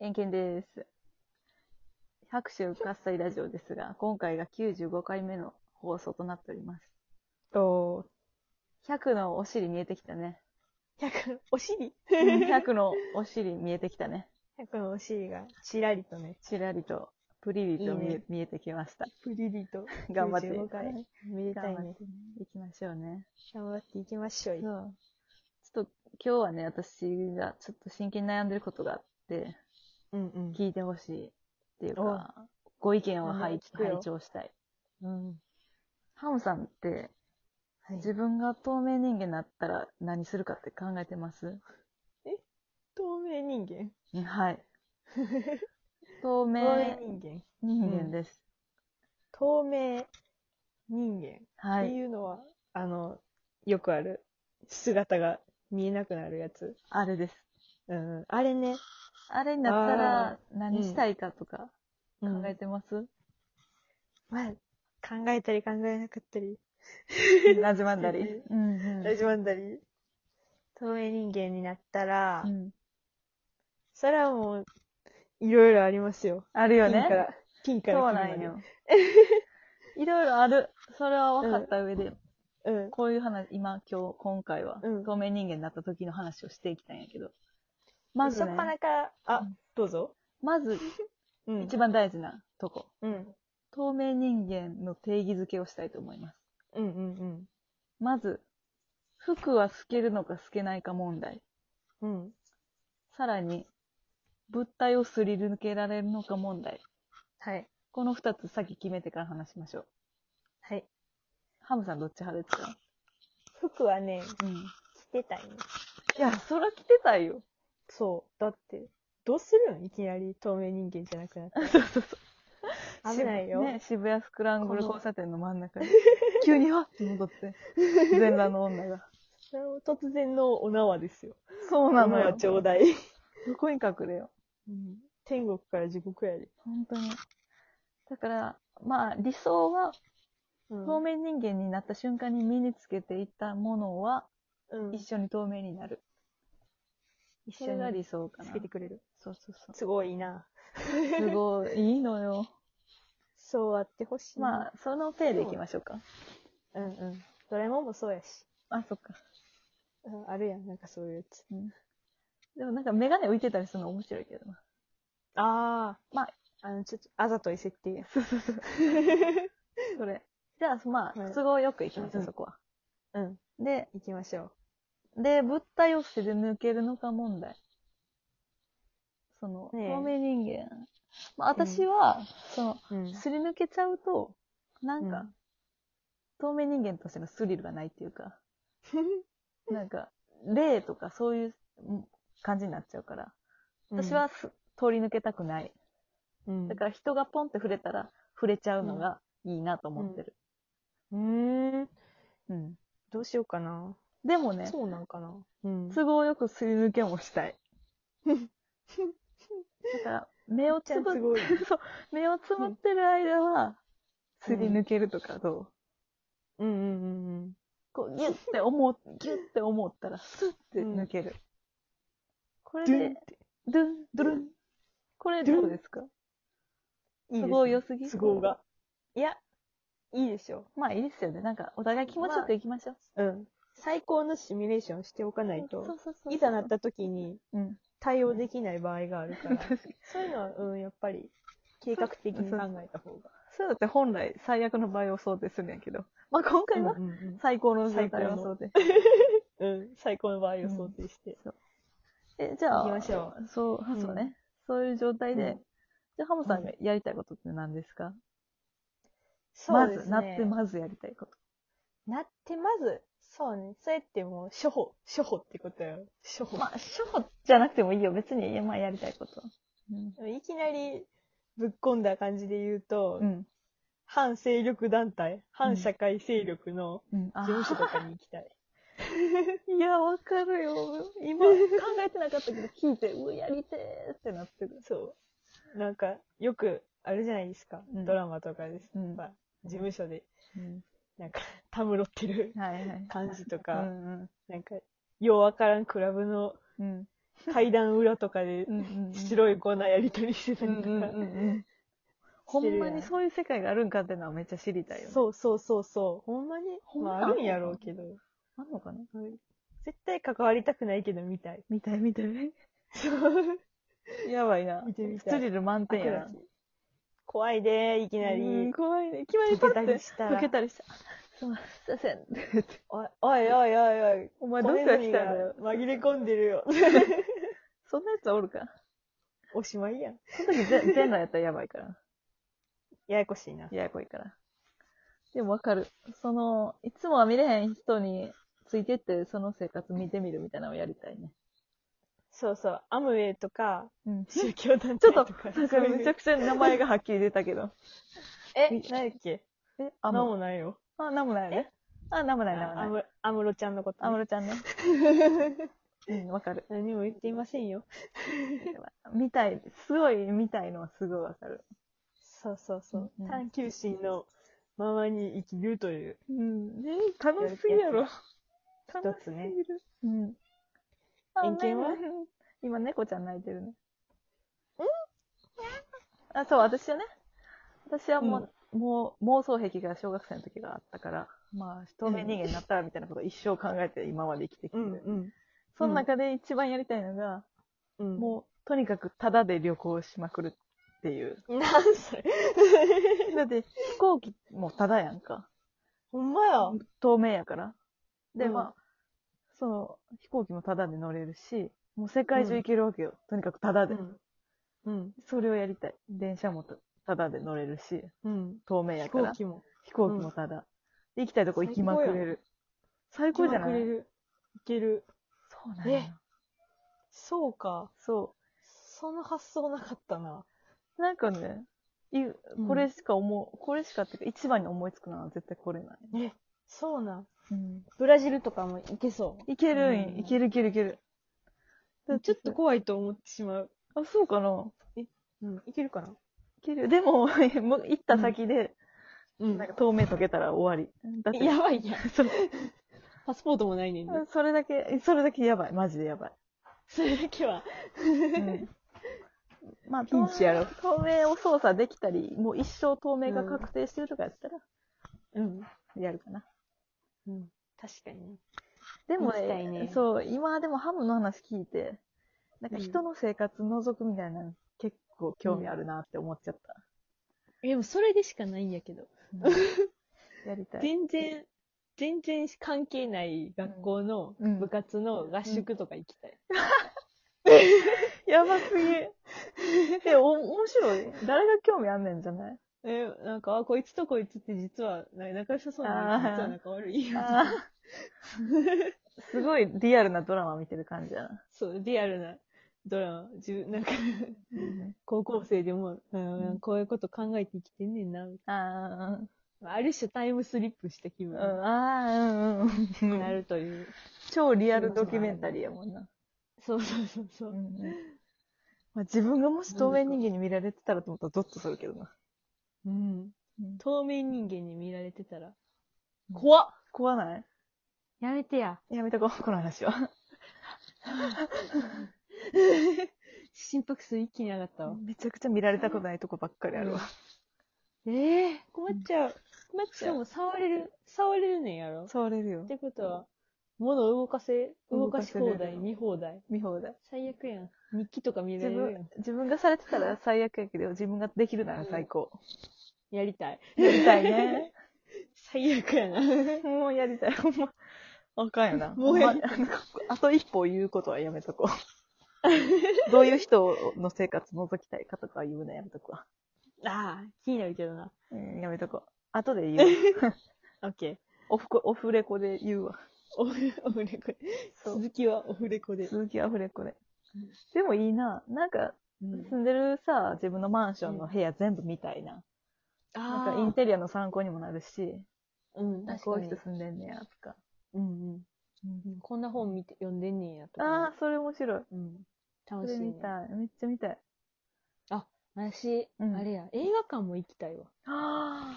見です。拍手喝采ラジオですが、今回が95回目の放送となっております。と、 100のお尻見えてきた ね。 100、お尻100のお尻見えてきたね。 ?100 のお尻が、ちらりとね、ちらりと、プリリと見えいいね見えてきました。ぷりりと、頑張って95回はいめでた頑い張ねっ。ていきましょうね。頑張っていきましょうそよ。う。ちょっと今日はね、私がちょっと真剣に悩んでることがあって、うんうん聞いてほしいっていうか、ご意見を拝なんでも聞くよ拝聴したい。うん。ハムさんって、はい。自分が透明人間になったら何するかって考えてます透明人間。はい。 透透明明人間。人間 です。透明人間。はってい。いうのは、あの、よくある、姿が見えなくなるやつ。あれです。うん。あれね、あれになったらう何んしたいかとか考考ええ、てます、まあ、考えたり考えなかったり、 なじまんだり。うんうん。ラジマンダリ。透明人間になったら、うんそれはもう、いろいろありますよ。あるよピンかね。ら、ピンかそうらピンなんまよ。 いろいろある。それは分かった上で、で。うん。こういう話、今、今日、今回は、うん透明人間になった時の話をしていきたいんやけど。まず、初っね、端から、あ、うんどうぞ。まず、うん一番大事なとこ。うん。透明人間の定義づけをしたいと思います。うんうんまず、服は透けるのか透けないか問題。うん。うん。さらに、物体をすり抜けられるのか問題。はい。この二つ先決めてから話しましょう。はい。ハムさんどっち派ですか服はね、うん。い着てたいね。や、そら着てたいよ。そう。だって、どうするんいきなり透明人間じゃなくなって。 そうそうそう。危ないよ。ね、渋谷スクランブルこの交差点の真ん中に、 急にわって戻って、全裸の女が。それも突然のお縄ですよ。そうおなの縄よ。ちょうだい。どこに隠れよう。うん天国から地獄やで。本当に。だから、まあ、理想は、うん透明人間になった瞬間に身につけていたものは、うん一緒に透明になる。一それが理想かな。つけてくれる。そうそうそう。すごいな。すごい、いいの よ。そうあってほしい。まあ、その手でいきましょうか。うんうん。ドラえもんもそうやし。あ、そっか。うん、あるやん、なんかそういうやつ。でもなんかメガネ浮いてたりするの面白いけどな。ああ、まあ、あの、ちょっと、あざとい設定 や。そうそうそう。それ。じゃあ、まはあ、い都合よくいきましょうう、んそこは。うん、で、行きましょで、物体をすり抜けるのか問題。その、ねえ透明人間。まあ、私は、その、う。うんすり抜けちゃうと、なんか、うん透明人間としてのスリルがないっていうか、なんか、霊とかそういううん感じになっちゃうから、私は、す通り抜けたくない。うん、だから人がポンって触れたら、触れちゃうのがいいなと思ってる。うーん、うん。どうしようかな。でもね、そうなんかな。うん。都合よくすり抜けもした い。だから、目をつぶす ごい。そう、目をつぶってる間は、すり抜けるとかどう、うんうんうんうん。こう、ギュッて思う、ギュッて思ったら、スッて抜ける。これドゥンでっ、ドゥン、ドゥルン。これどうですかて。都合良すぎ都合が。いや、いいでしょまあいいですよね。なんか、お互い気持ちよくいきましょう。う。うん。最高のシミュレーションしておかないそうそうと、そうそう。いざなっ。た時にうん。対応できない場合があるから。 そうそういうのは、うん、やっぱり、計画的に考えた方が。だって本来最悪の場合を想定するんやけど。まあ今回はうんうん最高の状態最を高の想定。うんうん、最高の場合を想定して。え、じゃあ、行きましょう。そう、んそうね。そういう状態で、うんじゃあハムさんがやりたいことって何ですか、まず、なってず。まずやりたいこと。なってまず。そうね。そうやってもう、初歩。初歩ってことよ。初歩。まあ、初歩じゃなくてもいいよ。別に、まあ、やりたいこと。うん。いきなり、ぶっ込んだ感じで言うと、うん。反勢力団体、反社会勢力のうん、事あ務所とかに行きたい。いや、わかるよ。今、考えてなかったけど、聞いて、うわやりてーってなってる。そう。なんか、よく、あるじゃないですか。うんドラマとかです。うやんっぱ、事務所で、うん。なんか、たむろってるはいはい。感じとうか、んうん。なんか、ようわからんクラブのうん。階段裏とかでうんうんうん白い粉やり取りしてたうりんとうか。んうんうん。ほんまにそういう世界があるんかってのはめっちゃ知りたいよね。そうそうそうそう。ほんまにほんままあ、あるんやろうけど。う。あんのかな絶対関わりたくないけど見たい。見たい見たい。 やばいな。見てみたいスリル満点やな。怖いで、いきなうんり。怖いね。いきなり取溶けたってりした溶らけ。たりした。すみません。おいおいおいおいおい。お前ど小うネしたらズミ来たがのよ。紛れ込んでるよ。 そんなやつおるか。おしまいやん。その時全全裸やったらやばいから。ややこしいな。ややこいから。でもわかる。その、いつもは見れへん人についてって、その生活見てみるみたいなのをやりたいね。そうそう。アムウェイ とか、うん。宗教団ち体ょとっとか。、なんかめちゃくくちちゃ名前がはっきり出たけど。ゃ。え、何やっけえ、アあ、なんもム。ないよ。あ、なんもないよね。あ、なんもない、なんもなあい。アムロちゃんのことね、アムロちゃんね。 うん、わかる。何も言っていませんよ。見たい、すごい見たいのはすごいわかる。そうそうそう。うんうん探求心のままに生きるという。うん。え、楽しすぎやろ。つ楽しすぎる。うん。遠見はあね今、猫ちゃん泣いてるね。んあ、そう、私はね。私はもう、もう妄想癖が小学生の時があったから、まあ、透明人間になったらみたいなことを一生考えて今まで生きてきてうる。んうん。その中で一番やりたいのが、うん、ももう、とにかくタダで旅行しまくるっていう。う、なんそ れ。だって、飛行機もタダやんか。ほんまや。透明やから。で、うんまあ、その、飛行機もタダで乗れるし、もう世界中行けるわけよ。とにかくタダで。うん。それをやりたい。電車もたタダで乗れるし、うん。透明や飛か行ら。機も。飛行機もタダ。で行きたいとこ行きまくれる。最高じゃない行きまくれるいける。そうなんやね。そうか。そその発想なかったな。う。なんかね、いんこれしか思う、これしかっていうか、一番に思いつくのは絶対これない。え、そうなん。うん。ブラジルとかも行けそいけるうんんいけるいけるいける。だう。てちょっと怖いと思ってしまう。あ、そうかな。うん。いけるかないける。でも、 もう行った先で、うなんか透明溶けたら終わり。だって、やばいやん。 パスポートもないねんで。それだけ、それだけやばい。マジでやばい。それだけは。まあ、ピンチやろ透明を操作できたり、もう一生透明が確定してるとかやったら、うん。やるかな。うん。確かにね。でも行きたいねそう、今でもハムの話聞いて、なんか人の生活覗くみたいなの結構興味あるなって思っちゃった。でもそれでしかないんやけど。やりたい。全然、全然関係ない学校のうん部活の合宿とか行きたい。やばすぎ。え、お、面白い。誰が興味あんねんじゃないえ、なんか、あこいつとこいつって実は、な仲良さそうなのあに、ー実は仲悪いよ。すごいリアルなドラマ見てる感じやな。 そう、リアルなドラマ。自分、なんか、 高校生でも、うんうんこういうこと考えて生きてんねんな、みあたいなある種タイムスリップした気ー、う分ん、あー、うんうんうにんな。るという。超リアルドキュメンタリーやもんな。そうそうそうそうう。んうんまあ、自分がもし透明人間に見られてたらと思ったらゾッとするけどな。うん。うん透明人間に見られてたら、うん怖っ怖ないやめてや。やめとこう、この話は。心拍数一気に上がったわ。めちゃくちゃ見られたことないとこばっかりあるわ。ええ困っちゃう。困っちちゃゃうう。も触れる、触れるねんやろ。っ触れるよ。てことは、物を動かせ、動かし動かせれる放題、見放題。見放題。最悪やん。日記とか見ら自れるや分ん。、自分がされてたら最悪やけど、自分ができるなら最高。やりたい。やりたい ね。最悪やな。もうやりたい。ほんま。あかんよな。 もうやりほんまなんかあと一歩言うことはやめとこ う。どういう人の生活覗きたいかとか言うのやめとくわ。 ああ、気になるけどな。うん、やめとこう。後で言う。 オッケー。オフコ、オフレコで言うわ。オフオフレコで。そう。続きはオフレコで。続きアフレコでうん。でもいいな。なんか、うん住んでるさ、自分のマンションの部屋全部見たいな。なんかインテリアの参考にもなるし、うん、あ確こうかいうに人。住んでんねや、とか。うんうん。うんこんな本見て読んでんねんやとあかあ、それ面白い。うん。そ楽しれい、見ね。たい。めっちゃ見たい。私、うんあれや、映画館も行きたいわ。あ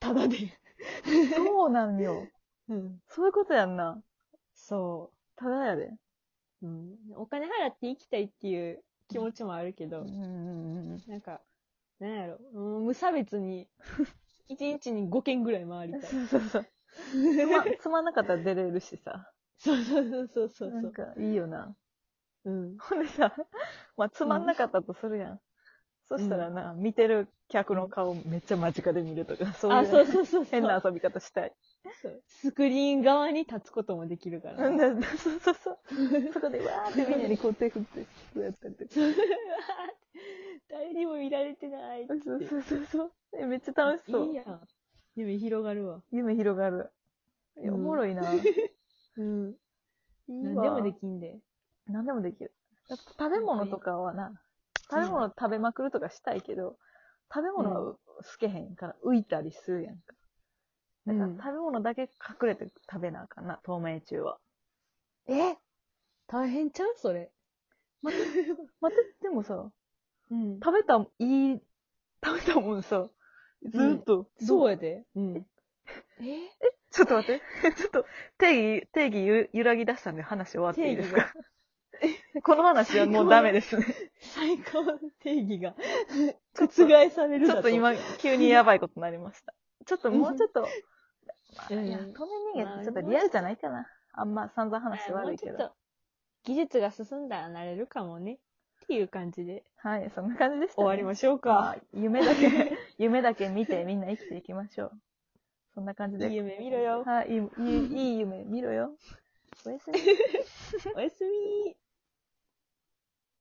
ただで。あ、 そうなんよ。 うん。そういうことやんな。そただやで。う。うん、お金払って生きたいっていう気持ちもあるけうどん、うんうん。なんか、なんやろ、もう無差 別に、一日に5軒ぐらい回りたい。そうそうそう。つま、つまんなかったら出れるしさ。そうそうそうそうそう。なんか、いいよな。うん。ほんでさ、 まあ、つまんなかったとするやん。そしたらな、見てる客の顔めっちゃ間近で見るとか、そうあ、いそううそうそうそう。変な遊び方したい。そうスクリーン側に立つこともできるかうら。ん、だだそうそうそう。そこでわーってみんなにこう手振って、こうやったりとか。そううわー 誰にも見られてないって。そうそうそうそう。えめっちゃ楽しそう。いいやん。夢広がるわ。夢広がる。えおもろいな。いいうん。何でわもできんで。何でもできる。やっぱ食べ物とかはな、食べ物食べまくるとかしたいけど、食べ物はうすけへんから浮いたりするやんか。だからうん食べ物だけ隠れて食べなあかんな、透明中は。え大変ちゃうそれ。また、でもさ、うん。食べた、いい、食べたもんさ、ずーっと、そうや。やで。うん。えちょっと待って。ちょっと、定義、定義ゆ揺らぎ出したんで話終わっていいですか この話はもうダメですね。最高の定義 がちょっと覆されるちだょっと今、急にやばいことになりました。ちょっともうちょっと、まあうん いや、透明人間ってちょっとリアルじゃないかな。あんま散々話も悪ういちけょっど。と技術が進んだらなれるかもねっていう感じではい、そんな感じでした、終わりましょうかまあ、夢だけ、 夢だけ見てみんな生きていきましょう。そんな感じで。いい夢見ろよはい、いい、いいいい夢見ろよ。おやすみ。 おやすみ